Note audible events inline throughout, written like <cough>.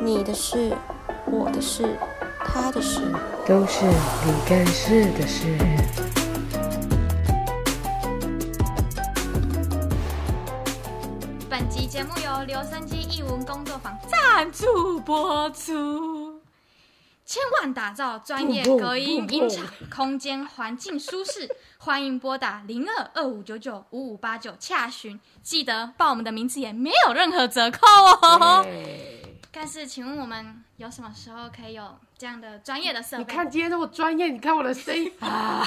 你的事、我的事、他的事，都是你干事的事。本集节目由留声机译文工作坊赞助播出。千万打造专业隔音音场空间环境舒适， <laughs> 欢迎拨打零二二五九九五五八九洽询。记得报我们的名字也没有任何折扣哦。但是，请问我们有什么时候可以有这样的专业的设你备？看今天这么专业，你看我的声音 <laughs> 啊，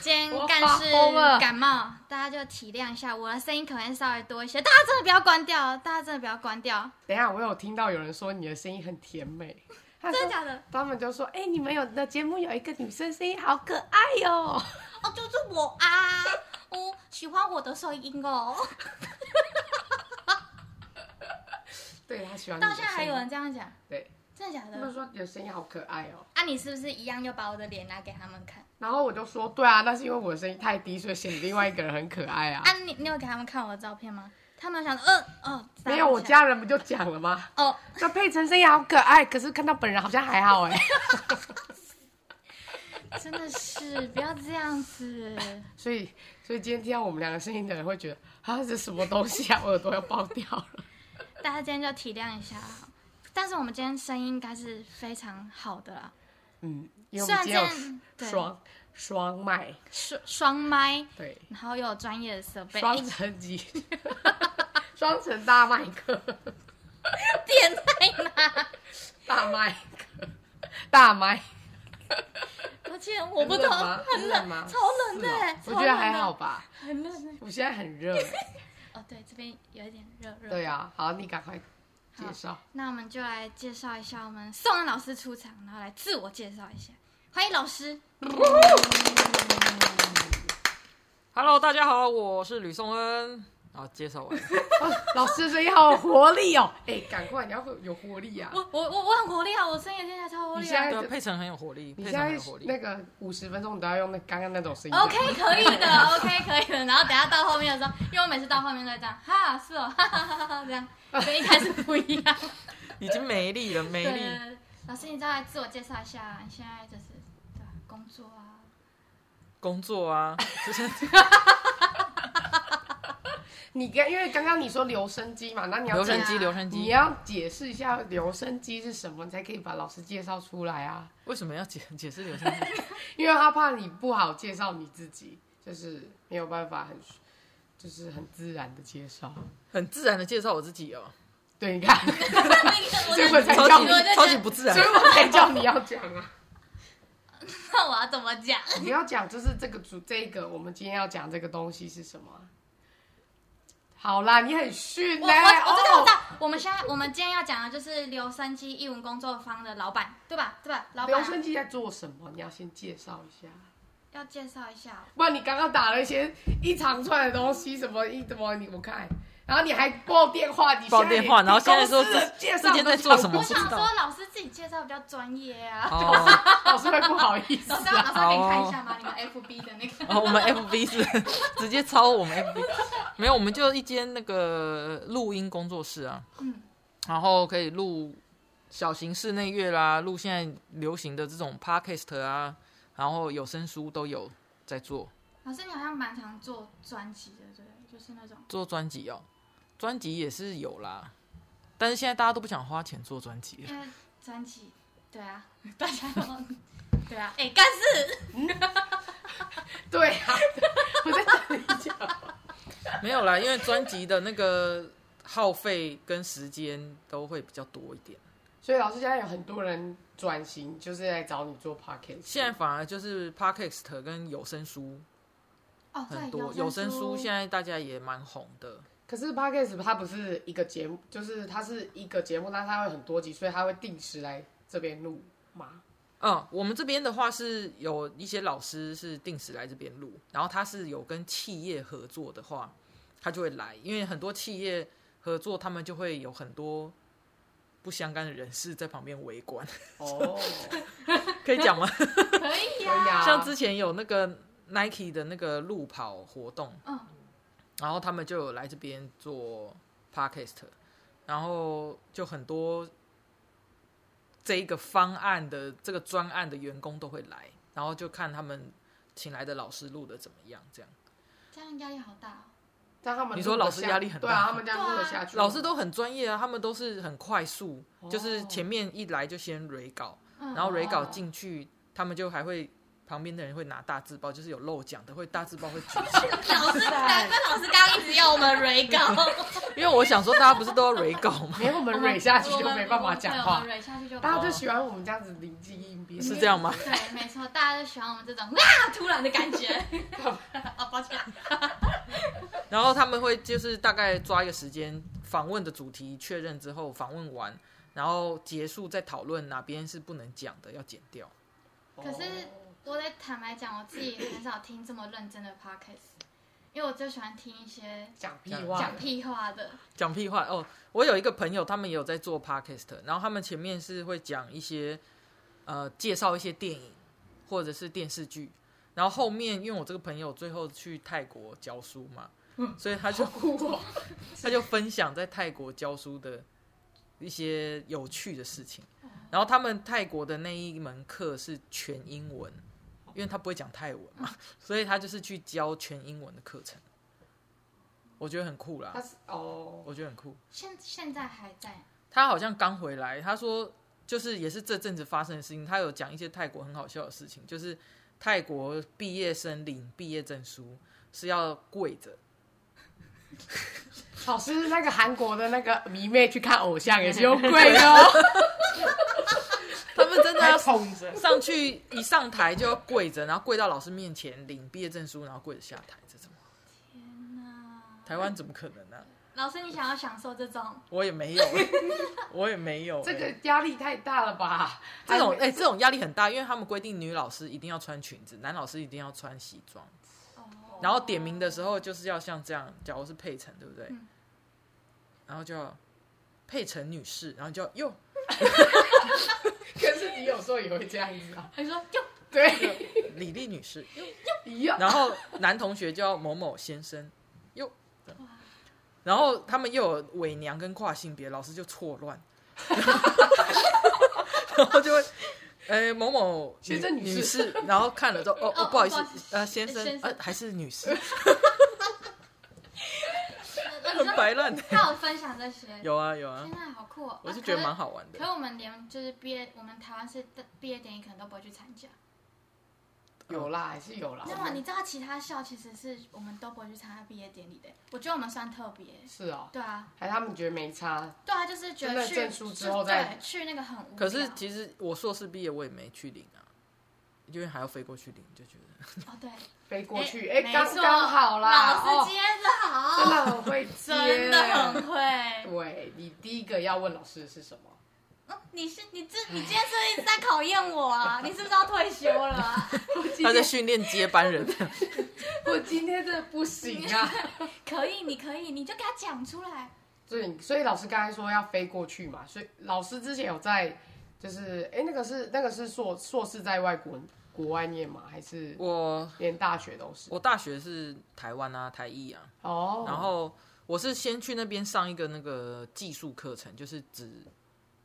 今天我干发事疯了感冒，大家就体谅一下，我的声音可能稍微多一些，大家真的不要关掉，哦大家真的不要关掉，哦等一下我有听到有人说你的声音很甜美，他说真的假的？他们就说，哎、你们有的节目有一个女生声音好可爱哟、哦，就是我啊，我喜欢我的声音 <laughs> 哦。 <laughs> 对他喜欢你到的现在还声音有人这样讲，对，真的假他们的？说你的声音好可爱哦、啊，你是不是一样又把我的脸拿给他们看？然后我就说，对啊，那是因为我的声音太低，所以显得另外一个人很可爱啊。啊，你你有给他们看我的照片吗？他们有想说，呃，哦，没有，我这样家人不就讲了吗？哦，说佩晨声音好可爱，可是看到本人好像还好哎、真的是不要这样子。所以，所以今天听到我们两个声音的人会觉得啊，这什么东西啊，我 <laughs> 耳朵要爆掉了。大家今天就体谅一下啊。但是我们今天声音应该是非常好的啦，嗯，因为我虽们然今天这样有对双双麦，双双麦，对，然后又有专业的设备，双层级， <laughs> 双层大麦 <laughs> 克，点 <laughs> 在哪？大麦克，大麦，抱歉，我不很懂，冷吗很很冷吗冷，超冷的是哦欸，我超觉得冷还的好，吧。很冷的。我现在很热欸，哦，对，这边有一点热热。对 <laughs> 啊，好，你赶快介绍。那我们就来介绍一下我们宋恩老师出场，然后来自我介绍一下。欢迎老师， Hello，大家好，我是吕颂恩。啊，介绍 <laughs> 完了，哦老师的声音好有活力 <laughs> 哦！哎，赶快，你要有活力啊！我我我我很活力啊，我声音听起来超活你力现在啊。对，佩晨很有活力，哎你佩现晨很在有活力。那个五十分钟，你都要用那刚刚那种声音。 OK，可以的 <laughs> ，OK，可以的。然后等一下到后面的时候，因为我每次到后面都会这样，哈，是哦，哈 <laughs> 哈哈哈哈，这样跟一开始不一 <laughs> 样。已经没力了，没对力。啊对，对老师，你再来自我介绍一下，你现在就是对吧，工作 <laughs> 啊， <laughs> 工作啊，就是你刚因为刚刚你说留声机嘛，那你要留声解机，留声啊你机。要解释一下留声机是什么，你才可以把老师介绍出来啊。为什么要解解释留声机？因为他怕你不好介绍你自己，就是没有办法很，就是很自然的介绍。很自然的介绍我自己哦，对，你 <laughs> 看，我所以就我才超叫 <laughs> 级你，我就超级不自然所以。我才叫你要讲啊。那我要怎么讲？你要讲就是这个主，这个我们今天要讲这个东西是什么啊？好啦，你很逊我我我嘞、知道我哦知道，我们现在我们今天要讲的就是留声机译文工作坊的老板，对吧？对吧？老板哦啊留声机在做什么？你要先介绍一下。要介绍一下，不然你刚刚打了一些一长串的东西，什么一什么你我看，然后你还报电话，你现在报电话然后现在说公司的介绍这间在做什么我不知道想说老师自己介绍比较专业 <laughs> 啊。哦， <laughs> 老师会不好意思 <laughs> 老师，啊。老师要给你看一下吗？你们 FB 的那个哦然后我们 FB 是 <laughs> 直接抄我们 FB，没有，我们就一间那个录音工作室啊，嗯然后可以录小型室内乐啦，录现在流行的这种 podcast 啊，然后有声书都有在做。老师，你好像蛮常做专辑的，对不对？就是那种做专辑哦，专辑也是有啦，但是现在大家都不想花钱做专辑了。 <laughs> 因为专辑，对啊， <laughs> 大家都对啊，哎、干事对啊，我在等你讲。没有啦，因为专辑的那个耗费跟时间都会比较多一点。所以老师现在有很多人转型，就是来找你做 p o c k e t 现在反而就是 podcast 跟有声书哦，对，很多，有有声书现在在大家也蛮红的。可是 p o c k e t 它不是一个节目，就是它是一个节目，但它会很多集，所以它会定时来这边录嘛。嗯，我们这边的话是有一些老师是定时来这边录，然后他是有跟企业合作的话，他就会来，因为很多企业合作，他们就会有很多不相干的人士在旁边围观， <laughs> 哦，可以讲吗？可以可以呀、啊，像之前有那个 Nike 的那个路跑活动，嗯，然后他们就有来这边做 podcast，然后就很多这一个方案的这个专案的员工都会来，然后就看他们请来的老师录的怎么样，这样这样压力好大、哦。但他们你说录得老师下压力很大对啊，他们这样录得下去吗，老师都很专业啊，他们都是很快速，就是哦前面一来就先蕊稿，嗯然后蕊稿哦进去，他们就还会旁边的人会拿大字报，就是有漏讲的会大字报会举起来，老 <laughs> 师，难怪老师刚刚一直要我们蕊稿，因为我想说大家不是都要蕊稿吗？连我们我蕊们下去就没办法讲我话们，蕊下去就大家就喜欢我们这样子灵机应变，是这样吗？对，没错，大家都喜欢我们这种哇突然的感 <laughs> 觉。啊，抱歉，然后他们会就是大概抓一个时间，访问的主题确认之后，访问完，然后结束再讨论哪边是不能讲的要剪掉。可是我得坦白讲，我自己很少听这么认真的 podcast，因为我就喜欢听一些讲屁话，讲屁话的。讲屁话哦！我有一个朋友，他们也有在做 podcast，然后他们前面是会讲一些呃介绍一些电影或者是电视剧，然后后面因为我这个朋友最后去泰国教书嘛，所以他就哇，他就分享在泰国教书的一些有趣的事情。哦然后他们泰国的那一门课是全英文，因为他不会讲泰文嘛，嗯所以他就是去教全英文的课程。我觉得很酷他啦，是哦，我觉得很酷。现现在还在，他好像刚回来，他说就是也是这阵子发生的事情，他有讲一些泰国很好笑的事情，就是泰国毕业生领毕业证书是要跪着，老师那个韩国的那个迷妹去看偶像也是有跪的 <laughs> 哦，他们真的还要捧着，上去一上台就要跪着，然后跪到老师面前领毕业证书，然后跪着下台，这种天哪！台湾怎么可能呢、啊老师，你想要享受这种？我 <laughs> 也没有，我也没有、欸这个压力太大了吧？这种还哎、这种压力很大，因为他们规定女老师一定要穿裙子，男老师一定要穿西装。哦然后点名的时候就是要像这样，假如是佩晨，对不对？嗯然后就要佩晨女士，然后就要哟，可是你有时候也会这样子 <laughs> 啊，你说哟，对，李丽女士，哟一样， <laughs> 然后男同学叫某某先生，哟，这样然后他们又有伪娘跟跨性别，老师就错乱， <laughs> 然后就会。呃，某某女先生女女士士，然后看了之后，哦哦哦，不好意思不好意，思呃，先生先，生呃，还是女 <laughs> 士，呃很白烂的。他有分享这些，有啊有啊天，哪，好酷哦！我啊是觉得蛮。可好玩的可。是我们连就是毕业，我们台湾是毕业典礼可能都不会去参加。有啦，还是有啦，那么你知道其他校其实是我们都不会去参加毕业典礼的，我觉得我们算特别。是哦，对啊，还是他们觉得没差，对啊，就是觉真得的去证书之就后再对去那个很无聊。可是其实我硕士毕业我也没去领啊，因为还要飞过去领，就觉得哦对，飞过去，哎，哎刚刚好啦，老师哦接的真好，的很 <laughs> 会接，真的很会。对你第一个要问老师的是什么？嗯你是你这你今天是不是一直在考验我 <laughs> 啊？你是不是要退休了啊？他在训练接班人。 <laughs> 我今天真的不行啊！可以，你可以，你就给他讲出来。所以，所以老师刚才说要飞过去嘛，所以老师之前有在，就是哎、诶那个是那个是硕硕士在外国国外念嘛，还是我连大学都是？我大学是台湾啊，台艺啊，哦，然后我是先去那边上一个那个技术课程，就是只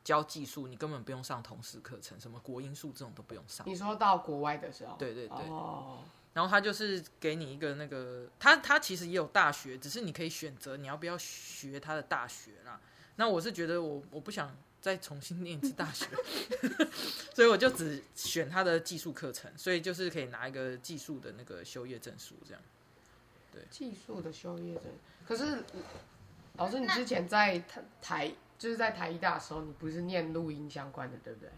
教技术，你根本不用上同时课程，什么国音数这种都不用上。你说到国外的时候，对对对哦，然后他就是给你一个那个，他他其实也有大学，只是你可以选择你要不要学他的大学啦。那我是觉得我我不想再重新念一次大学， <laughs> 所以我就只选他的技术课程，所以就是可以拿一个技术的那个修业证书这样。技术的修业证。可是老师，你之前在台台就是在台一大的时候，你不是念录音相关的，对不对？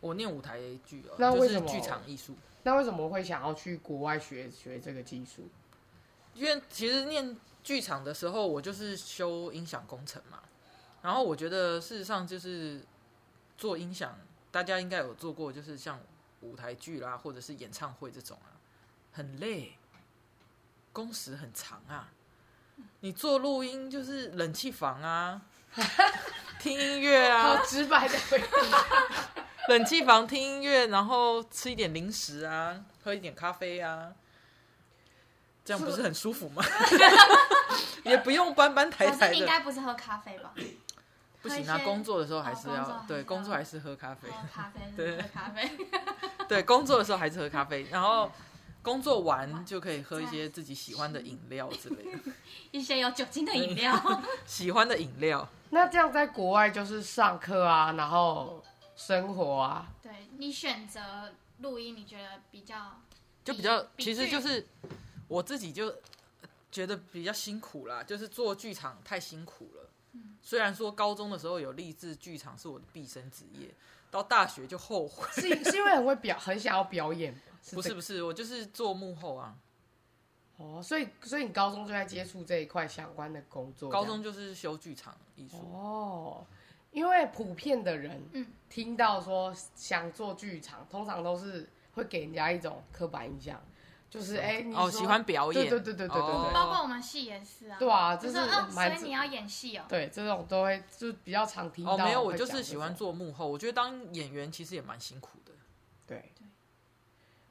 我念舞台剧哦，那就为是什么剧场艺术，那为什么会想要去国外学学这个技术？因为其实念剧场的时候，我就是修音响工程嘛。然后我觉得事实上就是做音响，大家应该有做过，就是像舞台剧啦，或者是演唱会这种啊，很累，工时很长啊。你做录音就是冷气房啊， <laughs> 听音乐啊好，直白的回答， <laughs> 冷气房听音乐，然后吃一点零食啊，喝一点咖啡啊，这样不是很 <laughs> 舒服吗？也不用搬搬抬老师，抬你应的。该不是喝咖啡吧？不行啊，喝一些工作的时候还哦是工要、作还哦是对要工作还是喝咖啡，喝咖啡，对喝咖啡， <laughs> 对工作的时候还是喝咖啡，然后工作完就可以喝一些自己喜欢的饮料之类的， <laughs> 一些有酒精的饮料。 <laughs> 喜欢的饮料。那这样在国外就是上课啊，然后生活啊，对你选择录音，你觉得比较就比较，比其实剧就是我自己就觉得比较辛苦啦，就是做剧场太辛苦了。虽然说高中的时候有立志剧场是我的毕生职业，到大学就后悔。 <laughs> 是是因为很会表，很想要表演 <laughs> 吗，不这是个不是，我就是做幕后啊。哦，所以所以你高中就在接触这一块相关的工作，高中就是修剧场艺这样术，哦，因为普遍的人嗯听到说想做剧场，通常都是会给人家一种刻板印象，就是哎、你哦，说喜欢表演，对对对对对对哦对包括我们系也是啊，对啊，就就是是哦，所蛮以你要演戏哦，对这种都会就比较常听到哦，没有，我会就讲是喜这欢种做幕后。我觉得当演员其实也蛮辛苦的。对，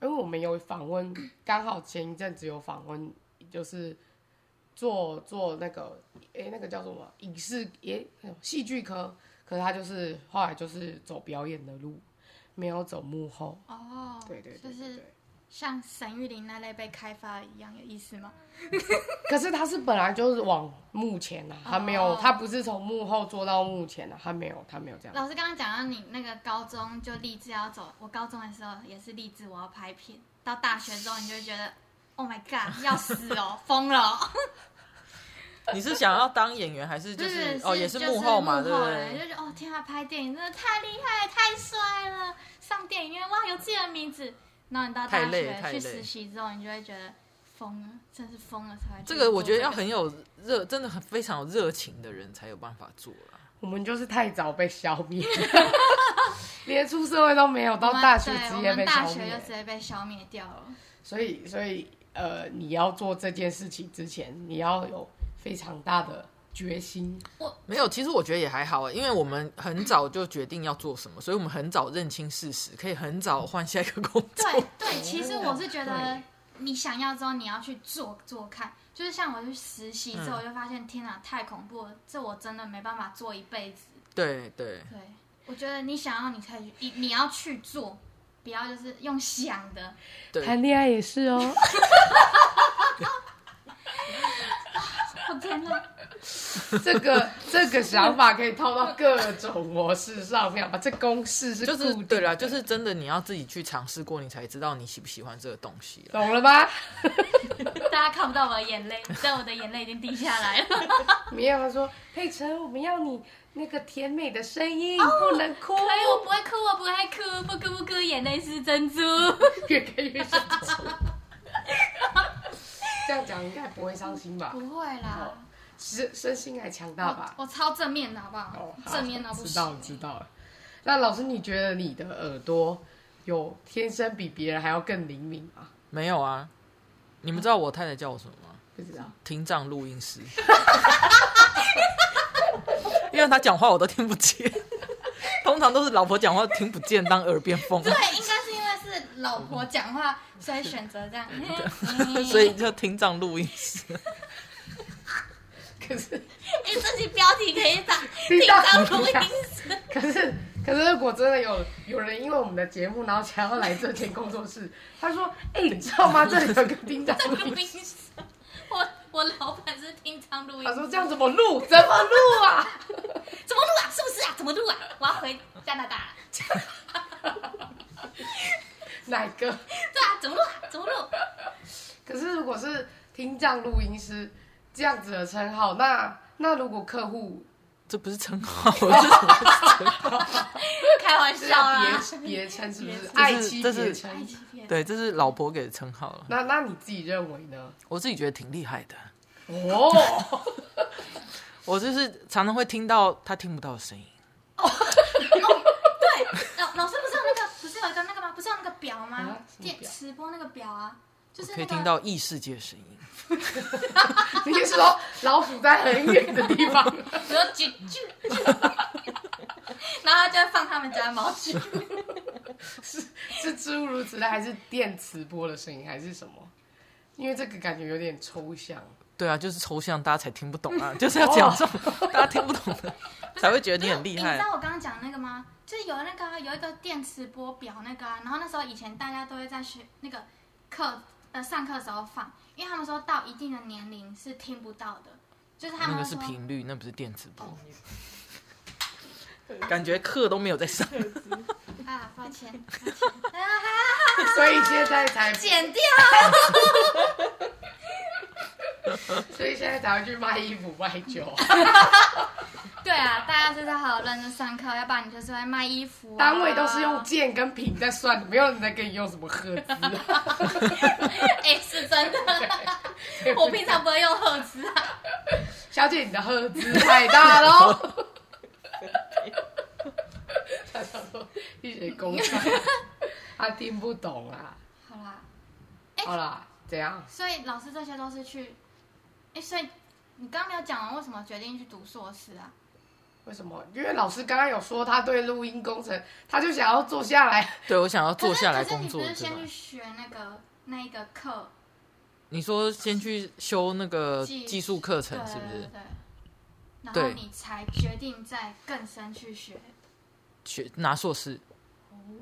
因为我们有访 <clears throat> 问，刚好前一阵子有访问，就是做做那个，诶、那个叫什么影视，诶、那种戏剧科，可是他就是后来就是走表演的路，没有走幕后。哦，对对对就对对是。像沈玉琳那类被开发一样，有意思吗？可是他是本来就是往幕前啊，他没有，哦他不是从幕后做到幕前啊，他没有，他没有这样。老师刚刚讲到你那个高中就立志要走，我高中的时候也是立志我要拍片，到大学之后你就会 <laughs> 觉得，Oh my god，要死哦，疯了哦，你是想要当演员，还是就是哦，也是是就幕后嘛，幕对不后对人？就觉得哦，天啊，拍电影真的太厉害，太帅了！上电影院哇，有自己的名字。然后你到太大累学太去累实习之后，你就会觉得疯了，真是疯了才会去这嗯做。个我觉得要很有热，真的很非常有热情的人才有办法做啦。我们就是太早被消灭， <laughs> 连出社会都没有，到我们大学对直我接们被大消学就灭直。接被消灭掉 <laughs> 了。所以，所以呃，你要做这件事情之前，你要有非常大的决心。没有，其实我觉得也还好啊，因为我们很早就决定要做什么，所以我们很早认清事实，可以很早换下一个工作。对对，其实我是觉得对你想要之后，你要去做做看。就是像我去实习之后，嗯我就发现天啊，太恐怖了，这我真的没办法做一辈子。 <laughs> 对对对，我觉得你想要，你可以，你你要去做，不要就是用想的。对谈恋爱也是哦， <laughs> 我天哪！这个 <laughs> 这个想法可以套到各种模式上面吧。这公式是就是固定对啦，的就是真的你要自己去尝试过，你才知道你喜不喜欢这个东西啦。懂了吧？大家看不到我的眼泪，但我的眼泪已经滴下来了。米娅她说：“佩晨，我们要你那个甜美的声音，哦不能哭可，哎以，我不会哭，我不会哭，不哭不哭，眼泪是珍珠。越开越生气。”这样讲应该不会伤心吧？不会啦，身身心还强大吧？我我超正面的好不好哦？，好正面到不知行道。了，知道了。那老师，你觉得你的耳朵有天生比别人还要更灵敏吗？没有啊，你们知道我太太叫我什么吗？不知道，听障录音师， <laughs> 因为他讲话我都听不见，通常都是老婆讲话听不见当耳边风， <laughs> 对，应该是因为是老婆讲话，所以选择 <laughs> 这样。 <laughs> 所以就听障录音师。可是哎，这期标题可以打 <laughs> “听听到到录音师可是可是，如果真的有有人因为我们的节目，然后想要来这间工作室，他说：“哎、你知道吗？这里有个厅长。””录 <laughs> 音师。我我老板是听唱录音他师说：“这样怎么录？怎么录啊 <laughs> 怎么录啊？是不是啊？怎么录啊？我要回加拿大了。？”哪个？对啊，怎么录啊？怎么录？可是如果是听障录音师这样子的称号，那那如果客户这不是称号，这是什么开玩是笑啊要啦。别别称，是不别是称？爱妻这别是爱称。情片 <laughs> 对，这是老婆给的称号了。那那你自己认为呢？我自己觉得挺厉害的，哦， <laughs> 我就是常常会听到他听不到的声音。对，老老师不是有那个，不是有一个那个吗？不是有那个表吗啊？什么电表直播那个表啊，就是可以那听 <laughs> 个。到异世界的声音，你是说老鼠在很远的地方？比如啾啾， <laughs> 然后他就会放他们家毛去。是诸如如此类，还是电磁波的声音，还是什么？因为这个感觉有点抽象。对啊，就是抽象，大家才听不 <laughs> 懂啊，就是要讲这种大家听不懂的，才会觉得你很厉你知 <laughs> 害。道我刚刚讲的那个吗？就是有那个啊有一个电磁波表那个、啊，然后那时候以前大家都会在学那个课呃上课的时候放，因为他们说到一定的年龄是听不到的，就是他那们个会是说频率，那不是电磁波。 <laughs> 感觉课都没有在上，啊，抱 <laughs> 歉，所以现在才，剪掉。所以现在才会去卖衣服卖酒啊，对啊，大家就是好好认真上课，要不然你就是会卖衣服、啊。单位都是用件跟品在算的，没有人在跟你用什么赫兹啊。 <laughs> 哎、是真的， <laughs> 我平常不会用赫兹啊。小姐，你的赫兹太大喽。他想说一些公差，他听不懂啊。好啦，好啦，怎样？所以老师这些都是去，哎、所以你刚刚没有讲完为什么决定去读硕士啊？为什么？因为老师刚刚有说他对录音工程，他就想要坐下来。对我想要坐下来可是工作可是你不是对吧先？去学那个那一个课？你说先去修那个技技术课程对是不对是对？。然后对你才决定再更深去学。学拿硕士。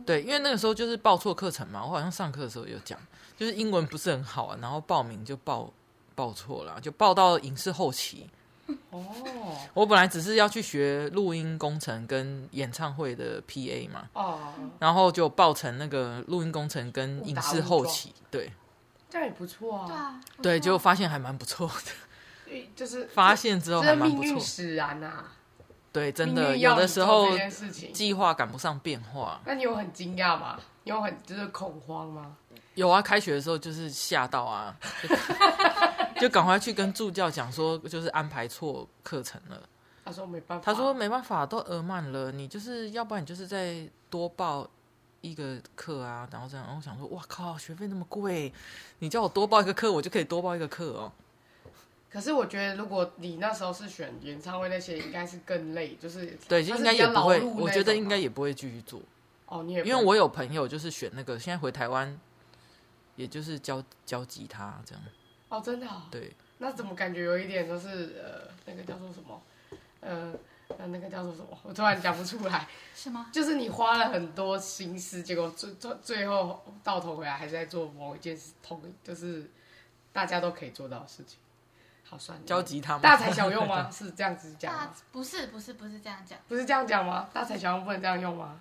对，因为那个时候就是报错课程嘛，我好像上课的时候有讲，就是英文不是很好啊，然后报名就报报错了啊，就报到影视后期。哦我本来只是要去学录音工程跟演唱会的 PA 嘛， <laughs> 哦，然后就报成那个录音工程跟影视后期，哦对这样也不错对啊。啊，不对，错就发现还蛮不错 <laughs> 的，对，啊就是发现之后这还是蛮命不错运，使然啊。对，真命的运有要的你时做候这件事情，计划赶不上变化，那你有很惊讶吗？你有很就是恐慌吗？有啊，开学的时候就是吓到啊， <laughs> 就就赶快去跟助教讲说，就是安排错课程了。他说没办法，他说没办法，都额满了，你就是要不然你就是再多报一个课啊，然后这样。然后我想说，哇靠，学费那么贵，你叫我多报一个课，我就可以多报一个课 <laughs> 哦。可是我觉得，如果你那时候是选演唱会那些，应该是更累，就是对，它就是应该也比不较劳会，碌我那觉得种应吧该也不会继续做，哦，你也不因为我有朋友就是选那个，现在回台湾，也就是教教吉他这样。哦真的、哦，对，那怎么感觉有一点就是呃那个叫做什么，呃呃那个叫做什么，我突然讲不出来， <laughs> 什么？就是你花了很多心思，结果最最最后到头回来还是在做某一件事，同就是大家都可以做到的事情。好，算了，教吉他嘛，大材小用吗？是这样 <laughs> 啊子讲大吗？不是不是不是这样讲，不是这样讲吗？大材小用不能这样用吗？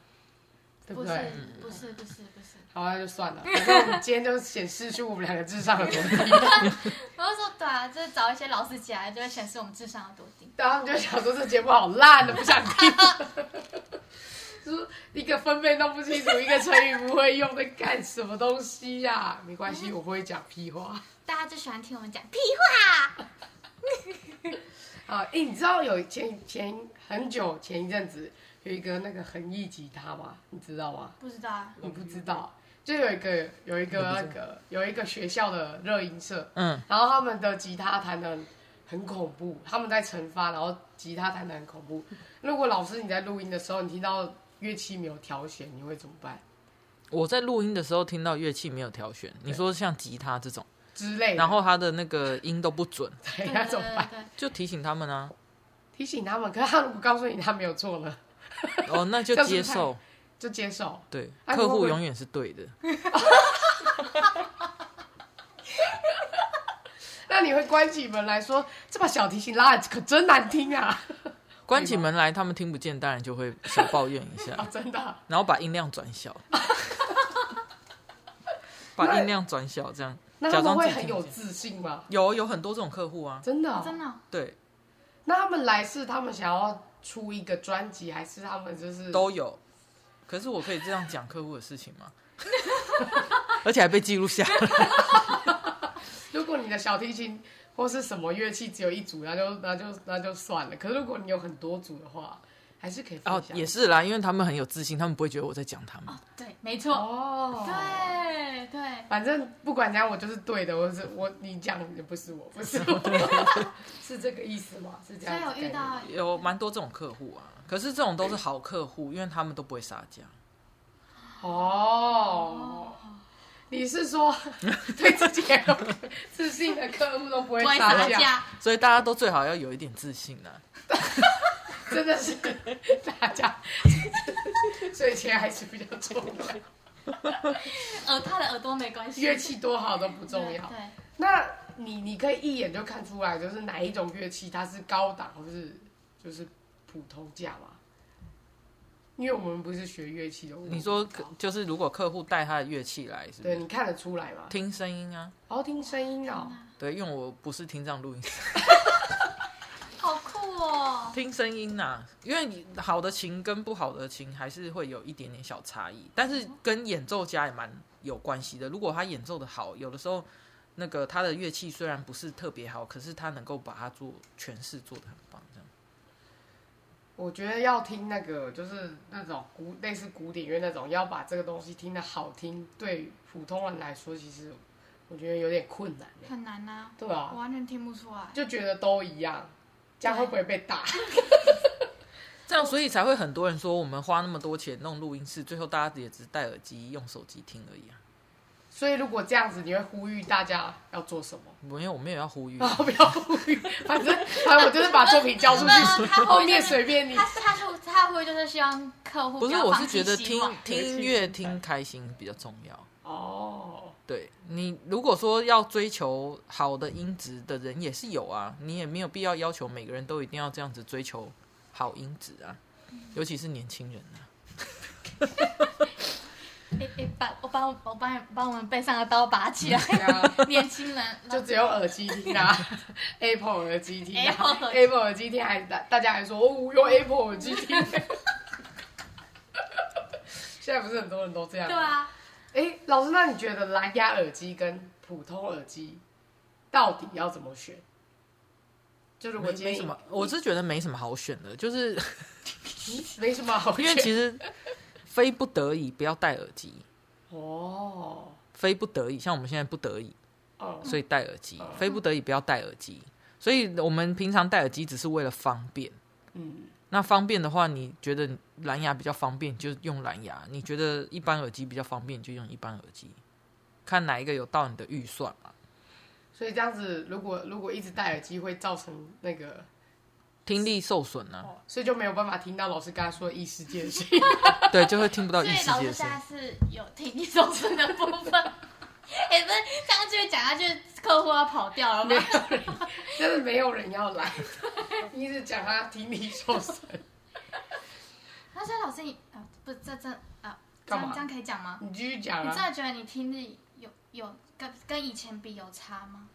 对不是对？嗯不是不是不是，好，那就算 <laughs> 了。反正我们今天就显示出我们两个智商有多低，我就说对啊，就是找一些老师起来，就会显示我们智商有多低。然后他们就想说这节目好烂的，不想听。 <laughs> 就是一个分贝弄不清楚，一个成语不会用，在干什么东西呀、没关系，我不会讲屁话。大家就喜欢听我们讲屁话。 <laughs> 啊，哎、你知道有前前很久前一阵子有一个那个恒毅吉他吗？你知道吗？不知道啊，你不知道，就有一个有一个那个有一个学校的热音社，嗯，然后他们的吉他弹的很恐怖，他们在惩罚，然后吉他弹的很恐怖。如果老师你在录音的时候，你听到乐器没有调弦，你会怎么办？我在录音的时候听到乐器没有调弦，你说像吉他这种，之类的，然后它的那个音都不准，对那哎怎么办？对，就提醒他们 <laughs> 啊。 <laughs> 提醒他们，可是他如果告诉你他没有错呢，哦，那就这样是接不是太受。就接受。对，啊客你会不户会永远是对的。那你会关起门来说，这把小提琴拉的可真难听啊！ <laughs> 关起门来，他们听不见，当然就会小抱怨一啊 <laughs> 下，，真的啊。然后把音量转小， <laughs> 把音量转小，这样那他假们装自会己很听不有见自信吗？有有很多这种客户啊。真的对哦、对真的哦对，那他们来是他们想要出一个专辑，还是他们就是都有。可是我可以这样讲客户的事情吗？ <laughs> 而且还被记录下来。如果你的小提琴或是什么乐器只有一组，那就那就那就算了。可是如果你有很多组的话，还是可以分哦，享。也是啦，因为他们很有自信，他们不会觉得我在讲他们。哦，对，没错，哦，对对。反正不管怎样，我就是对的，我是我，你讲的不是我，不是我， <laughs> 是这个意思吗？是这所样以子有概念吗。遇到啊有蛮多这种客户啊，可是这种都是好客户，因为他们都不会撒娇。哦，你是说 <laughs> 对自己很有自信的客户都不会不会杀打价？架，所以大家都最好要有一点自信啊。真的是 <laughs> 大家， <laughs> 所以钱还是比较重要， <laughs> 耳呃他的耳朵没关系，乐器多好都不重对要。对，那你你可以一眼就看出来，就是哪一种乐器它是高档，或是就是普通价嘛？因为我们不是学乐器的，我们你说不嗯知可道就是如果客户带他的乐器来，是不对，是？你看得出来吗？听声音啊，然后听声音哦，对，因为我不是听障录音，好酷哦！听声音呐、啊因为你好的琴跟不好的琴还是会有一点点小差异，但嗯是跟演奏家也蛮有关系的。如果他演奏的好，有的时候那个他的乐器虽然不是特别好，可是他能够把它做诠释做的很棒，这样。我觉得要听那个就是那种古类似古典乐那种，要把这个东西听得好听，对普通人来说，其实我觉得有点困难耶。很难呐、对啊，我啊，完全听不出来。就觉得都一样，这样会不会被打？这样，所以才会很多人说我们花那么多钱弄录音室，最后大家也只戴耳机用手机听而已啊。所以如果这样子，你会呼吁大家要做什么？没有，我没有 <laughs> 要呼吁然。后不要呼吁，反正反正我就是把作品交出去， <laughs> 他后面随便你他。是他是他会就是希望客户不是，要我放是弃觉得希听望听音乐听开心比较重要。哦，对你，如果说要追求好的音质的人也是有啊，你也没有必要要求每个人都一定要这样子追求好音质啊，尤其是年轻人啊。诶诶，把我把我我帮把我们背上的刀拔起来， <laughs> 对啊，年轻人就只有耳机听啊 <laughs> ，Apple 耳机听啊 Apple ，Apple 耳机听还大大家还说哦，用 Apple 耳机听。 <laughs> 现在不是很多人都这样？对。啊，哎，老师，那你觉得蓝牙耳机跟普通耳机到底要怎么选？就如果没今没天什么，我是觉得没什么好选 <laughs> 的，就是没什么好因选，为其实非不得已不要戴耳机，哦，非不得已，像我们现在不得已，哦，所以戴耳机嗯，非不得已不要戴耳机。所以我们平常戴耳机只是为了方便。嗯，那方便的话，你觉得蓝牙比较方便，你就用蓝牙；你觉得一般耳机比较方便，你就用一般耳机。看哪一个有到你的预算嘛。所以这样子，如果如果一直戴耳机，会造成那个，听力受损啊 <laughs> 呢、哦，所以就没有办法听到老师刚才说的异世界的声音。对，就会听不到所异以世老界师的声现在。音是有听力受损的部分。 <laughs> 哎、不是这样就讲下去，客户要跑掉了没吗？有人，真的没有人要来。你一直讲他听力受损，他说：“老师你，啊，不是这这啊，这干样嘛这样可以讲吗？你继续讲你真啊。的觉得你听力有有跟跟以前比有差吗？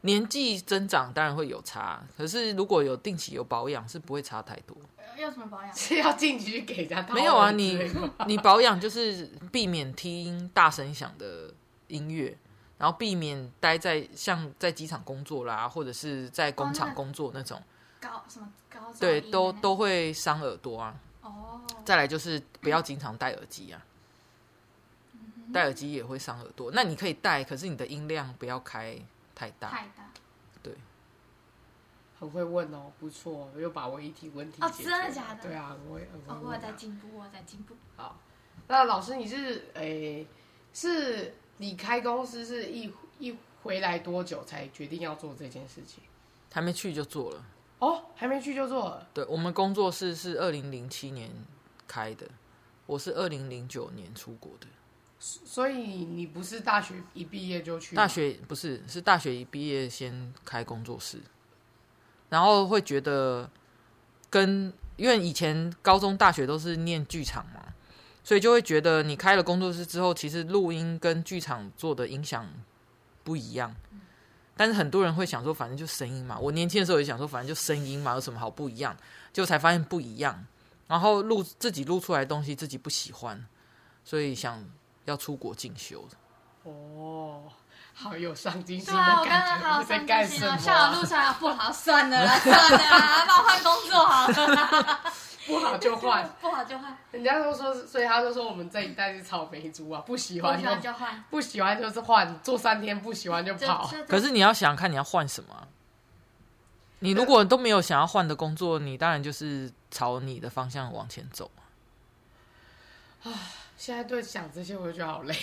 年纪增长当然会有差，可是如果有定期有保养，是不会差太 <laughs> 多。呃要什么保养？是要进去给他没有啊，套你路之类的吗你保养就是避免听大声响的音乐，然后避免待在像在机场工作啦，或者是在工哦那厂工作那种，高什么高噪对，音都呢都会伤耳朵啊。哦，再来就是不要经常戴耳机啊，戴耳机也会伤耳朵。那你可以戴，可是你的音量不要开太大。太大哦很会问哦，不错，又把我一题问题哦解决真的假的对啊，我也很会哦，我有问在啊。进步，我有在进步。好，那老师你是诶、是你开公司是一一回来多久才决定要做这件事情？还没去就做了。哦，还没去就做了。对我们工作室是二零零七年开的，我是二零零九年出国的。所以你不是大学一毕业就去吗大？学不是，是大学一毕业先开工作室，然后会觉得跟因为以前高中、大学都是念剧场嘛，所以就会觉得你开了工作室之后，其实录音跟剧场做的音响不一样。但是很多人会想说，反正就声音嘛。我年轻的时候也想说，反正就声音嘛，有什么好不一样？结果才发现不一样。然后录自己录出来的东西自己不喜欢，所以想要出国进修。哦，好有上进心对的啊，我刚感刚觉，好你在上干进什心么哦，啊？下了路上不好，算 <laughs> 了啦，算了啦，帮我换工作好了，不好就换，不好就换，人家都说，所以他就说我们这一代是草莓族啊，不喜不欢喜就欢就换，不喜欢就是换，做三天不喜欢就就跑。就可是你要想看你要换什么啊、你如果都没有想要换的工作，你当然就是朝你的方向往前走。现在对想这些我就觉得好累，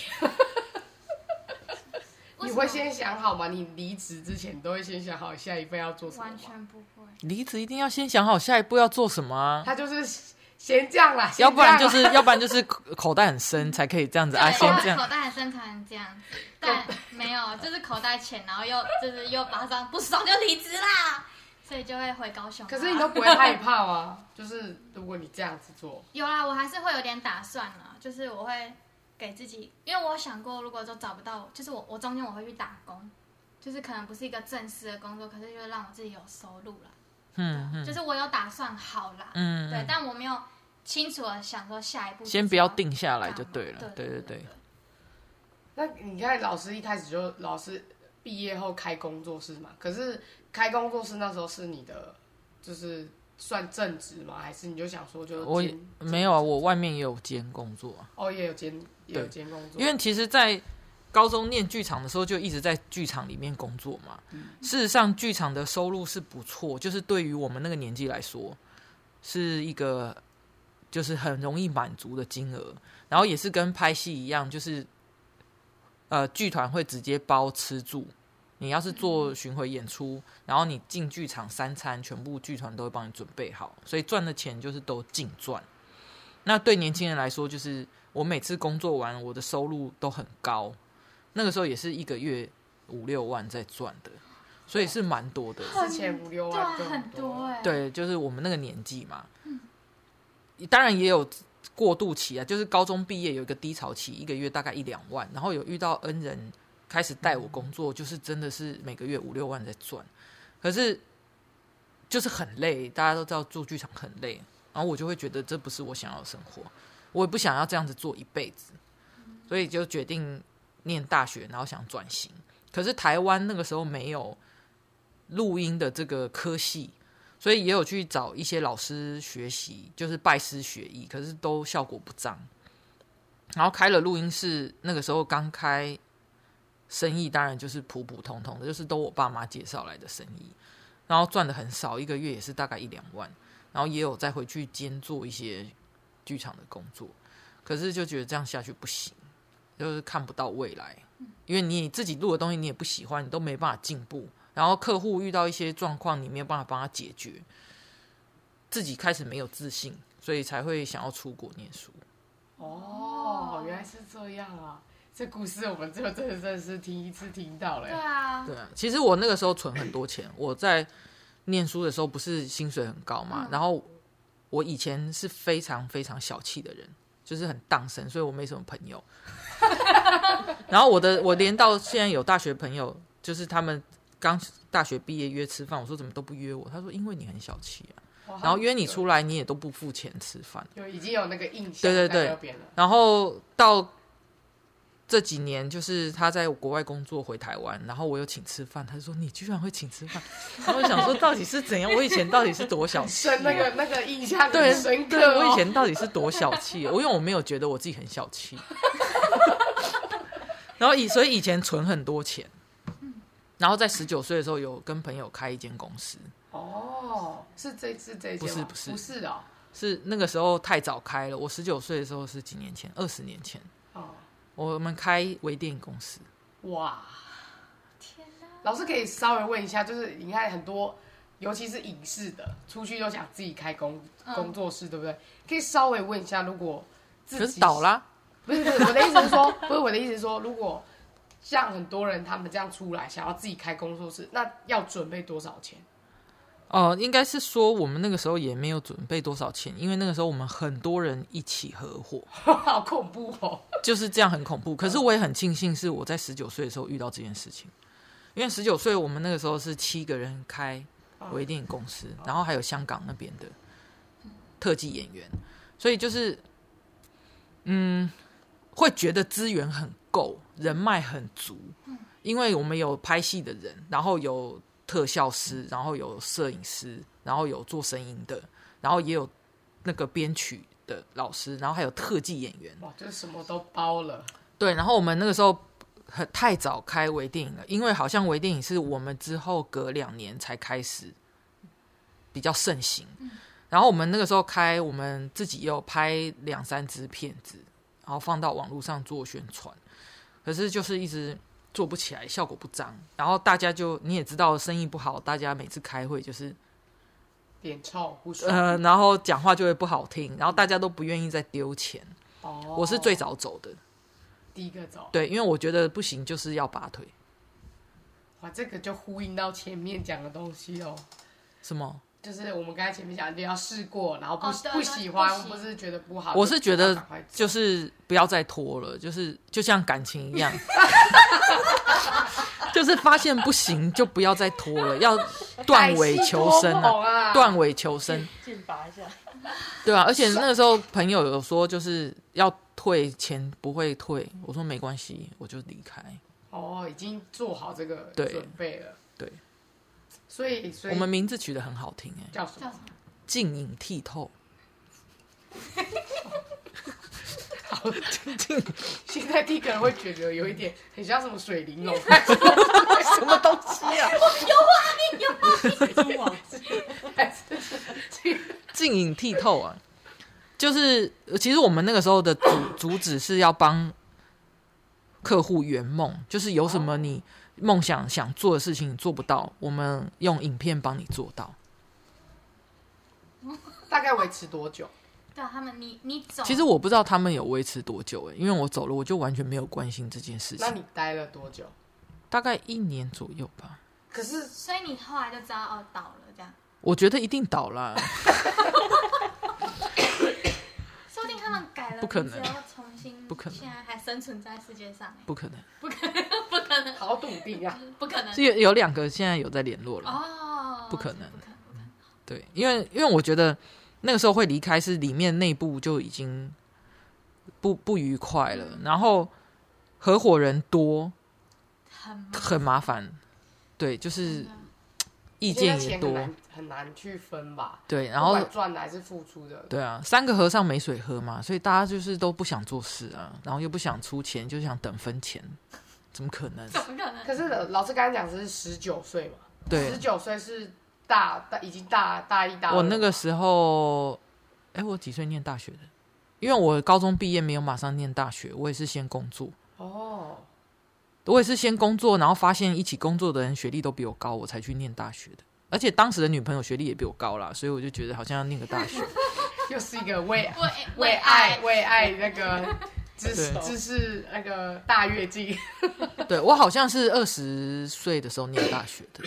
你会先想好吗？你离职之前都会先想好下一份要做什么完吗？全不会。离职一定要先想好下一步要做什么啊，他就是先这样啦，先要不然就这是样啦要不然就是 <laughs> 口口袋很深才可以这样子啊，对先我这样口袋很深才能这样子，但没有，就是口袋浅，然后又就是又马上不爽就离职啦，所以就会回高雄啊。可是你都不会害怕啊，就是如果你这样子做，有啦，我还是会有点打算啦，就是我会给自己，因为我想过，如果说找不到，就是我我中间我会去打工，就是可能不是一个正式的工作，可是就是让我自己有收入啦，啊嗯嗯就是我有打算好啦，嗯，对嗯，但我没有清楚的想说下一步，先不要，定下来就对了，对对对对对，，那你看老师一开始就老师毕业后开工作室嘛，可是开工作室那时候是你的就是算正职吗？还是你就想说就我兼没有啊，我外面也有兼工作啊，哦也有兼也有对兼工作，因为其实，在高中念剧场的时候，就一直在剧场里面工作嘛。事实上，剧场的收入是不错，就是对于我们那个年纪来说，是一个就是很容易满足的金额。然后也是跟拍戏一样，就是呃，剧团会直接包吃住。你要是做巡回演出，然后你进剧场三餐，全部剧团都会帮你准备好，所以赚的钱就是都净赚。那对年轻人来说，就是我每次工作完，我的收入都很高，那个时候也是一个月五六万在赚的，所以是蛮多的。之前五六对啊万就很多多，哎、欸，对，就是我们那个年纪嘛，当然也有过渡期啊，就是高中毕业有一个低潮期，一个月大概一两万，然后有遇到恩人开始带我工作，就是真的是每个月五六万在赚，可是就是很累，大家都知道做剧场很累，然后我就会觉得这不是我想要的生活，我也不想要这样子做一辈子，所以就决定念大学，然后想转型。可是台湾那个时候没有录音的这个科系，所以也有去找一些老师学习，就是拜师学艺，可是都效果不彰。然后开了录音室，那个时候刚开，生意当然就是普普通通的，就是都我爸妈介绍来的生意，然后赚的很少，一个月也是大概一两万，然后也有再回去兼做一些剧场的工作，可是就觉得这样下去不行，就是看不到未来，因为你自己录的东西你也不喜欢，你都没办法进步，然后客户遇到一些状况，你没有办法帮他解决，自己开始没有自信，所以才会想要出国念书。哦，原来是这样啊！这故事我们就真的真的是听一次听到了对欸，啊，对啊，其实我那个时候存很多钱，我在念书的时候不是薪水很高嘛，然后我以前是非常非常小气的人，就是很荡生，所以我没什么朋友。 <laughs> 然后我的我连到现在有大学朋友，就是他们刚大学毕业约吃饭，我说怎么都不约我，他说因为你很小气啊，哇然后约你出来你也都不付钱吃饭。就已经有那个印象对在对对那边了。然后到这几年，就是他在国外工作回台湾，然后我有请吃饭，他就说你居然会请吃饭，然后我想说到底是怎样？我以前到底是多小气、啊？深那个那个印象对很深刻、对，哦，我以前到底是多小气、啊？我因为我没有觉得我自己很小气， <laughs> 然后以所以以前存很多钱，然后在十九岁的时候有跟朋友开一间公司，哦，是这是这一间吗不是不不是哦，是那个时候太早开了，我十九岁的时候是几年前，二十年前，哦，我们开微电影公司。哇，天哪，老师可以稍微问一下，就是你看很多，尤其是影视的，出去都想自己开工嗯工作室，对不对？可以稍微问一下，如果自己可是倒啦，不是不是，我的意思是说， <laughs> 不是我的意思是说，如果像很多人他们这样出来想要自己开工作室，那要准备多少钱？ <laughs> 哦，应该是说我们那个时候也没有准备多少钱，因为那个时候我们很多人一起合伙，好恐怖哦！就是这样很恐怖。可是我也很庆幸是我在十九岁的时候遇到这件事情，因为十九岁我们那个时候是七个人开嗯微电影公司，然后还有香港那边的特技演员，所以就是嗯，会觉得资源很够，人脉很足，因为我们有拍戏的人，然后有特效师，然后有摄影师，然后有做声音的，然后也有那个编曲的老师，然后还有特技演员。哇，就是什么都包了，对，然后我们那个时候很太早开微电影了，因为好像微电影是我们之后隔两年才开始比较盛行。然后我们那个时候开，我们自己也有拍两三支片子，然后放到网络上做宣传。可是就是一直做不起来，效果不彰。然后大家就你也知道，生意不好，大家每次开会就是脸臭不爽。呃，然后讲话就会不好听，然后大家都不愿意再丢钱。哦，我是最早走的，第一个走，对，因为我觉得不行就是要拔腿。哇，这个就呼应到前面讲的东西哦，什么？就是我们刚才前面讲，你要试过，然后不、哦对不喜欢，那不不行是觉得不好，我是觉得赶快走就是不要再拖了，就是就像感情一样， <laughs> 就是发现不行就不要再拖了，要断尾求生太心痛啊断尾求生，剑拔一下，对啊，而且那个时候朋友有说就是要退钱不会退，我说没关系，我就离开。哦，已经做好这个对准备了，对，所以所以我们名字取得很好听哎、叫什么？静影剔透，现在听可能会觉得有一 <laughs> 点很像什么水玲 <laughs> 珑，什么东西啊？中网静影剔透啊，就是呃其实我们那个时候的主主旨是要帮客户圆梦，就是有什么你梦想想做的事情你做不到，我们用影片帮你做到。大概维持多久？对啊他们，你你哦走，其实我不知道他们有维持多久欸诶、因为我走了，我就完全没有关心这件事那情，你待了多久？大概一年左右吧。可是所以你后来就知道哦倒了这样，我觉得一定倒了，啊说不定他们改了，不可能你只要重新，不可能现在还生存在世界上，不可能。不可能，好笃定啊！不可能是有有两个现在有在联络了，哦，不可能不可能，不可能对，因为因为我觉得那个时候会离开，是里面内部就已经不不愉快嗯了，然后合伙人多很麻很麻烦，对，就是嗯真的 <laughs> 意因为见那也钱多很，难很难去分吧？对，然不后管赚的还是付出的，对啊，三个和尚没水喝嘛，所以大家就是都不想做事啊，然后又不想出钱，就想等分钱，怎么可 <laughs> 能？怎么可能？可是老师刚才讲是十九岁嘛，对十九岁是大大已经大大一大二了我那个时候，哎，我几岁念大学的？因为我高中毕业没有马上念大学，我也是先工作。哦，我也是先工作，然后发现一起工作的人学历都比我高，我才去念大学的。而且当时的女朋友学历也比我高啦，所以我就觉得好像要念个大学。又是一个为为为爱，为爱那 <laughs> 个知识对知识那个大跃进。对我好像是二十岁的时候念大学的，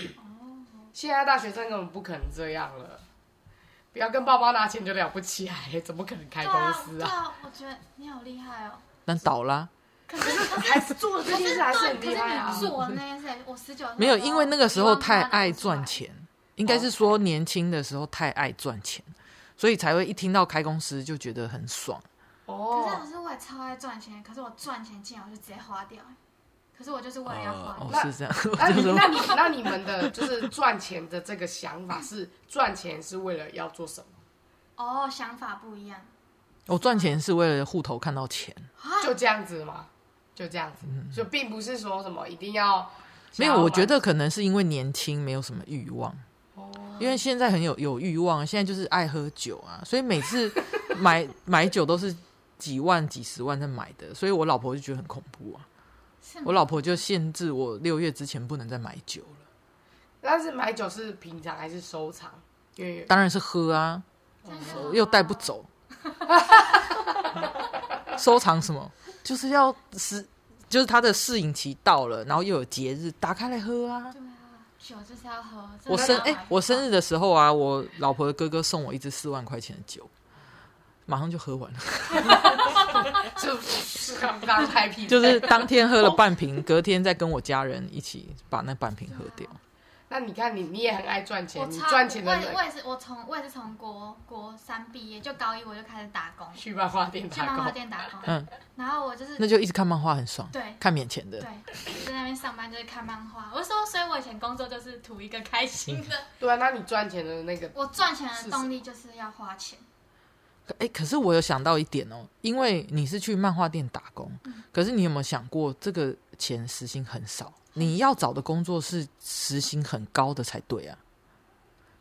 现在大学生根本不可能这样了，不要跟爸妈拿钱就了不起来，怎么可能开对公啊，司对啊？啊，我觉得你好厉害哦。但倒啦，可是还是做的这件事还是很厉害啊可啊是你！做的那件事，我十九没有，因为那个时候太爱赚，钱，应该是说年轻的时候太爱赚钱，所以才会一听到开公司就觉得很爽。可是老哦，师我也超爱赚钱，可是我赚钱进来我就直接花掉，哎可是我就是为了要花哦掉，，那是这样，那我就你说那你那你们的就是赚钱的这个想法是赚钱是为了要做什么？哦，想法不一样，我赚钱是为了户头看到钱，啊就这样子嘛，就这样子，就并不是说什么一定要嗯没有，我觉得可能是因为年轻，没有什么欲望。因为现在很有有欲望，现在就是爱喝酒啊，所以每次买买酒都是几万、几十万在买的，所以我老婆就觉得很恐怖啊。是吗我老婆就限制我六月之前不能再买酒了，但是买酒是平常还是收藏？因为当然是喝啊，真的又带不走，收藏什么？就是要是就是它的适应期到了，然后又有节日，打开来喝啊。对啊，酒就是要喝，真的我生要哎、买我生日的时候啊，我老婆的哥哥送我一支四万块钱的酒，马上就喝完了， <laughs> <laughs> 就是让大家开屁，就是当天喝了半瓶，哦隔天再跟我家人一起把那半瓶喝掉。那你看你你也很爱赚钱，我你超赚钱的我也我人也是，我从我也是从国国三毕业，就高一我就开始打工，去漫画店去漫打画工，店打工，嗯，然后我就是那就一直看漫画很爽，对看免钱的对，在那边上班就是看漫画。我就说，所以我以前工作就是图一个开心的，嗯对啊，那你赚钱的那个我赚钱的动力就是要花钱。哎、可是我有想到一点哦，因为你是去漫画店打工，嗯可是你有没有想过，这个钱时薪很少，嗯你要找的工作是时薪很高的才对啊。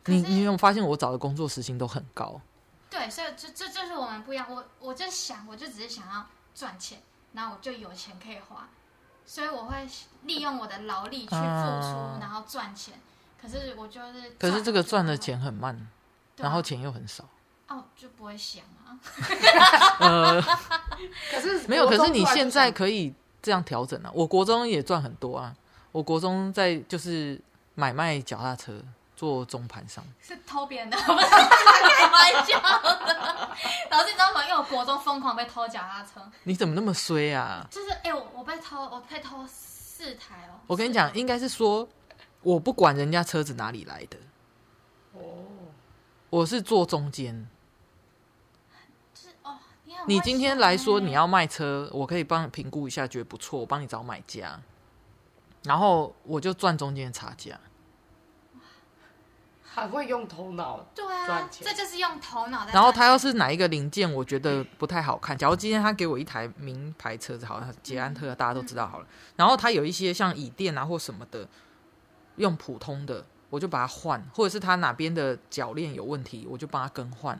你可是你有没有发现我找的工作时薪都很高？对，所以这这这就是我们不一样。我我就想，我就只是想要赚钱，然后我就有钱可以花。所以我会利用我的劳力去付出，啊然后赚钱。可是我就是，可是这个赚的，钱很慢，对啊然后钱又很少。哦，就不会想啊。呃，可是 <laughs> 没有，国可中是你出来就现在想可以这样调整啊。我国中也赚很多啊，我国中在就是买卖脚踏车做中盘商，是偷别人的，不是开玩笑的。老师，你知道吗？因为我国中疯狂被偷脚踏车，你怎么那么衰啊？就是哎、我我被偷，我被偷四台哦。我跟你四台讲，应该是说我不管人家车子哪里来的，哦，我是坐中间。就是哦，你很你会今天想欸来说你要卖车，我可以帮你评估一下，觉得不错，我帮你找买家，然后我就赚中间的差价。很会用头脑，对啊赚，钱这就是用头脑在赚钱。然后他要是哪一个零件我觉得不太好看，假如今天他给我一台名牌车子，好像捷安特大家都知道好了，然后他有一些像椅垫啊或什么的，用普通的我就把它换，或者是他哪边的铰链有问题，我就帮他更换，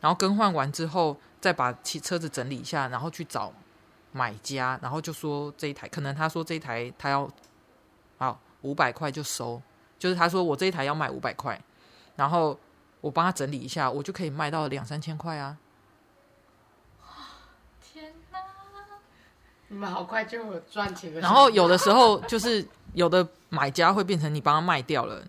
然后更换完之后再把汽车子整理一下，然后去找买家，然后就说这一台可能他说这一台他要好五百块就收，就是他说我这一台要卖五百块，然后。我帮他整理一下，我就可以卖到两三千块啊！天哪，啊你们好快就有赚钱的想法。然后有的时候就是有的买家会变成你帮他卖掉了，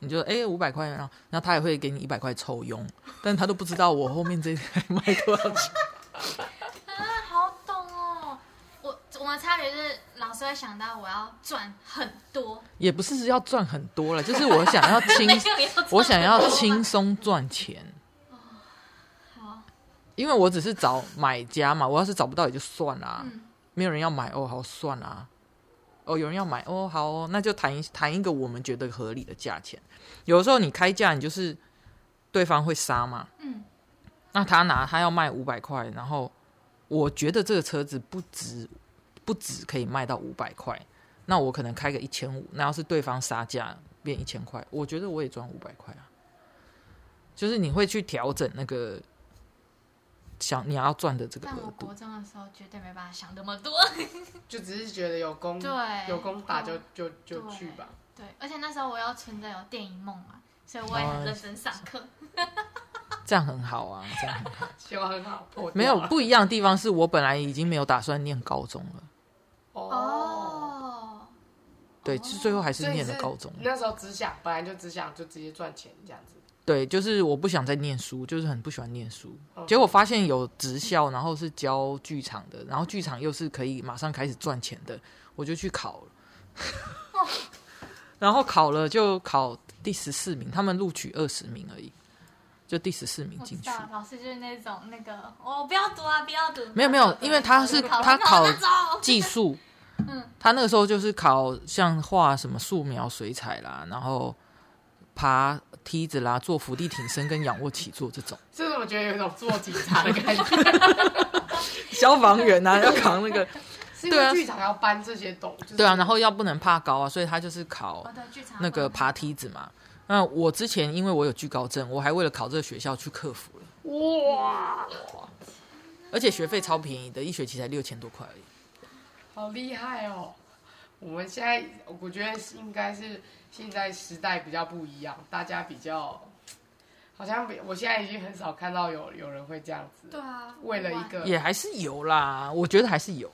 你就哎五百块，然后然后他也会给你一百块抽佣，但他都不知道我后面这一台卖多少钱。啊，好懂哦。我我们差别是老师会想到我要赚很多，也不是要赚很多了，就是我想要轻没，有要赚我想很要多轻吧。松赚钱，好，因为我只是找买家嘛，我要是找不到也就算啦、嗯，没有人要买哦，好算啊。哦，有人要买哦，好哦，那就谈一谈一个我们觉得合理的价钱。有的时候你开价，你就是对方会杀嘛。嗯。那他拿他要卖五百块，然后我觉得这个车子不值，不止可以卖到五百块，那我可能开个一千五。那要是对方杀价变一千块，我觉得我也赚五百块啊。就是你会去调整那个想你要赚的这个但额我度国。中的时候绝对没办法想那么多。就只是觉得有功，对有功打就嗯就就对去吧。对，而且那时候我又存着有电影梦嘛，所以我也很认哦真上课。这样很好啊，这样很好。希望很好破掉啊。没有不一样的地方是我本来已经没有打算念高中了，哦，哦，对，就最后还是所以念了是高中。那时候只想，本来就只想就直接赚钱这样子。对，就是我不想再念书，就是很不喜欢念书。哦结果发现有职校，然后是教剧场的，然后剧场又是可以马上开始赚钱的，我就去考了。哦 <laughs> 然后考了就考第十四名，他们录取二十名而已，就第十四名我知进去。道，老师就是那种那个，我、不要读啊，不要读。没有没有，因为他是他考技术，嗯他那个时候就是考像画什么素描、水彩啦，然后爬梯子啦，做伏地挺身跟仰卧起坐这种。是怎么觉得有一种做警察的感觉？ <laughs> 消防员啊，要扛那个，是因对啊为剧场要搬这些东，就是对啊，然后要不能怕高啊，所以他就是考 <laughs> 我的剧场那个爬梯子嘛。那我之前因为我有惧高症，我还为了考这个学校去克服了，哇，而且学费超便宜的，一学期才六千多块而已。好厉害哦！我们现在我觉得是应该是现在时代比较不一样，大家比较好像比我现在已经很少看到有有人会这样子，对啊，为了一个也还是有啦，我觉得还是有。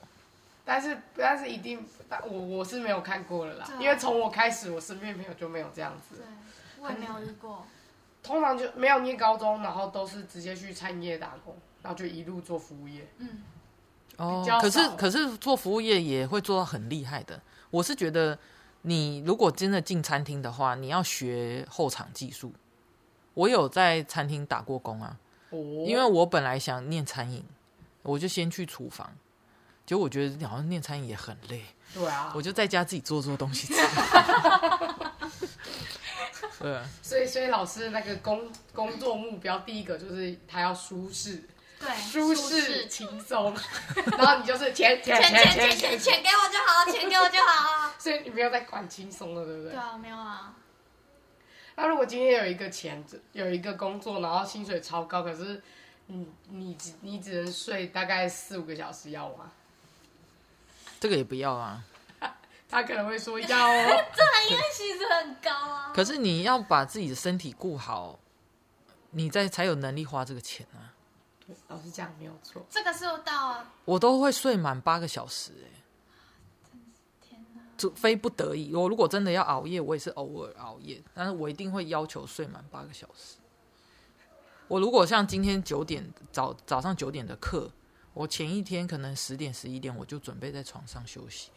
但是但是一定，但我我是没有看过了啦，对啊因为从我开始，我身边朋友就没有这样子对，，我也没有遇过。通常就没有念高中，然后都是直接去餐饮业打工，然后就一路做服务业。嗯，哦比较，可是少可是做服务业也会做到很厉害的。我是觉得，你如果真的进餐厅的话，你要学后场技术。我有在餐厅打过工啊，哦，因为我本来想念餐饮，我就先去厨房。结果我觉得好像念餐饮也很累，对啊我，就在家自己做做东西吃。 <laughs> 对啊，所以所以老师的那个工工作目标，第一个就是他要舒适、对，舒适、轻松， <laughs> 然后你就是钱钱钱钱钱钱钱钱，钱给我就好，钱给我就好 <laughs> 啊。所以你不要再管轻松了，对不对对？啊，没有啊，那如果今天有一个钱，有一个工作，然后薪水超高，可是你你只你只能睡大概四五个小时，要吗？这个也不要啊。他可能会说要哦， <laughs> 啊其实很高啊。可是你要把自己的身体顾好，你再才有能力花这个钱啊。对老师讲没有错，这个是有到啊，我都会睡满八个小时、欸，天哪！除非不得已，我如果真的要熬夜，我也是偶尔熬夜，但是我一定会要求睡满八个小时。我如果像今天九点早早上九点的课，我前一天可能十点十一点我就准备在床上休息，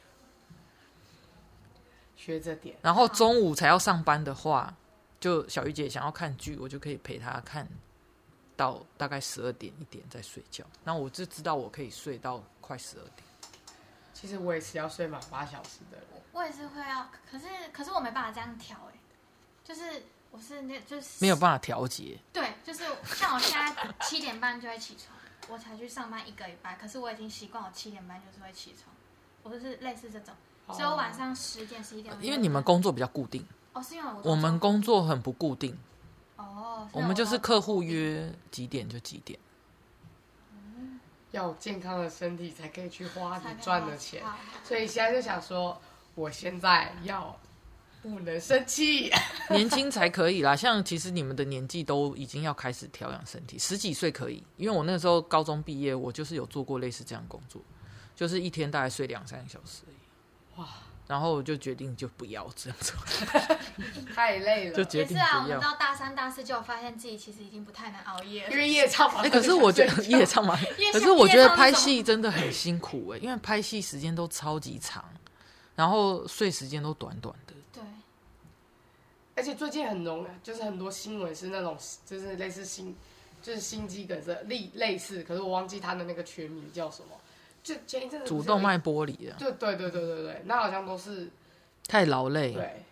学着点。然后中午才要上班的话，就小玉姐想要看剧，我就可以陪她看到大概十二点一点再睡觉。那我就知道我可以睡到快十二点。其实我也是要睡满八小时的人，我也是会要，可是可是我没办法这样调哎、就是我是那就是没有办法调节，对，就是像我现在七点半就会起床，我才去上班一个礼拜，可是我已经习惯我七点半就是会起床，我就是类似这种，哦所以我晚上十点十一点我就会，因为你们工作比较固定，哦是因为我我们工作很不固定，哦，我们就是客户约几点就几点。要有健康的身体才可以去花才可以你赚的花钱。好所以现在就想说，我现在要不能生气， <laughs> 年轻才可以啦，像其实你们的年纪都已经要开始调养身体，十几岁可以，因为我那时候高中毕业，我就是有做过类似这样的工作，就是一天大概睡两三个小时而已。哇！然后我就决定就不要这样做，太累了就。决也定是啊，我不们要。到大三大四就有发现自己其实已经不太能熬夜因了，为夜唱嘛，哎、可是我觉得夜唱嘛，夜可是唱我夜觉得唱那拍种戏真的很辛苦哎、因为拍戏时间都超级长，然后睡时间都短短的。对，而且最近很浓，啊就是很多新闻是那种，就是类似心，就是心肌梗塞类类似，可是我忘记他的那个全名叫什么。就前一阵子不是有主一动，脉剥离啊，对对对对对对，那好像都是太劳累。对，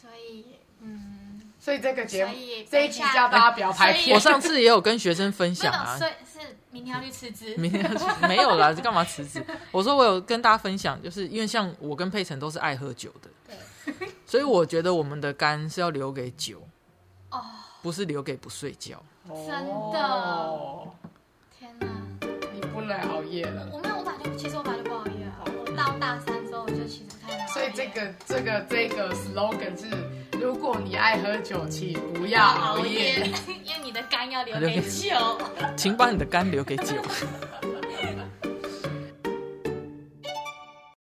所以嗯，所以这个节目所以这一集叫大家不要拍所以片我，上次也有跟学生分 <laughs> 没享啊有，，所以是明天要去辞职， <laughs> 明天要去没有啦，干嘛辞职？我说我有跟大家分享，就是因为像我跟佩晨都是爱喝酒的，所以我觉得我们的肝是要留给酒，哦，不是留给不睡觉。哦真的天哪！你不能熬夜了。我没有，我本来就其实我本来就不熬夜啊。我到大三之后，我就其实不太能熬夜。所以这个这个这个 slogan 是：如果你爱喝酒，请不要要熬熬夜 <laughs> 夜。，因为你的肝要留给酒。请把你的肝留给酒。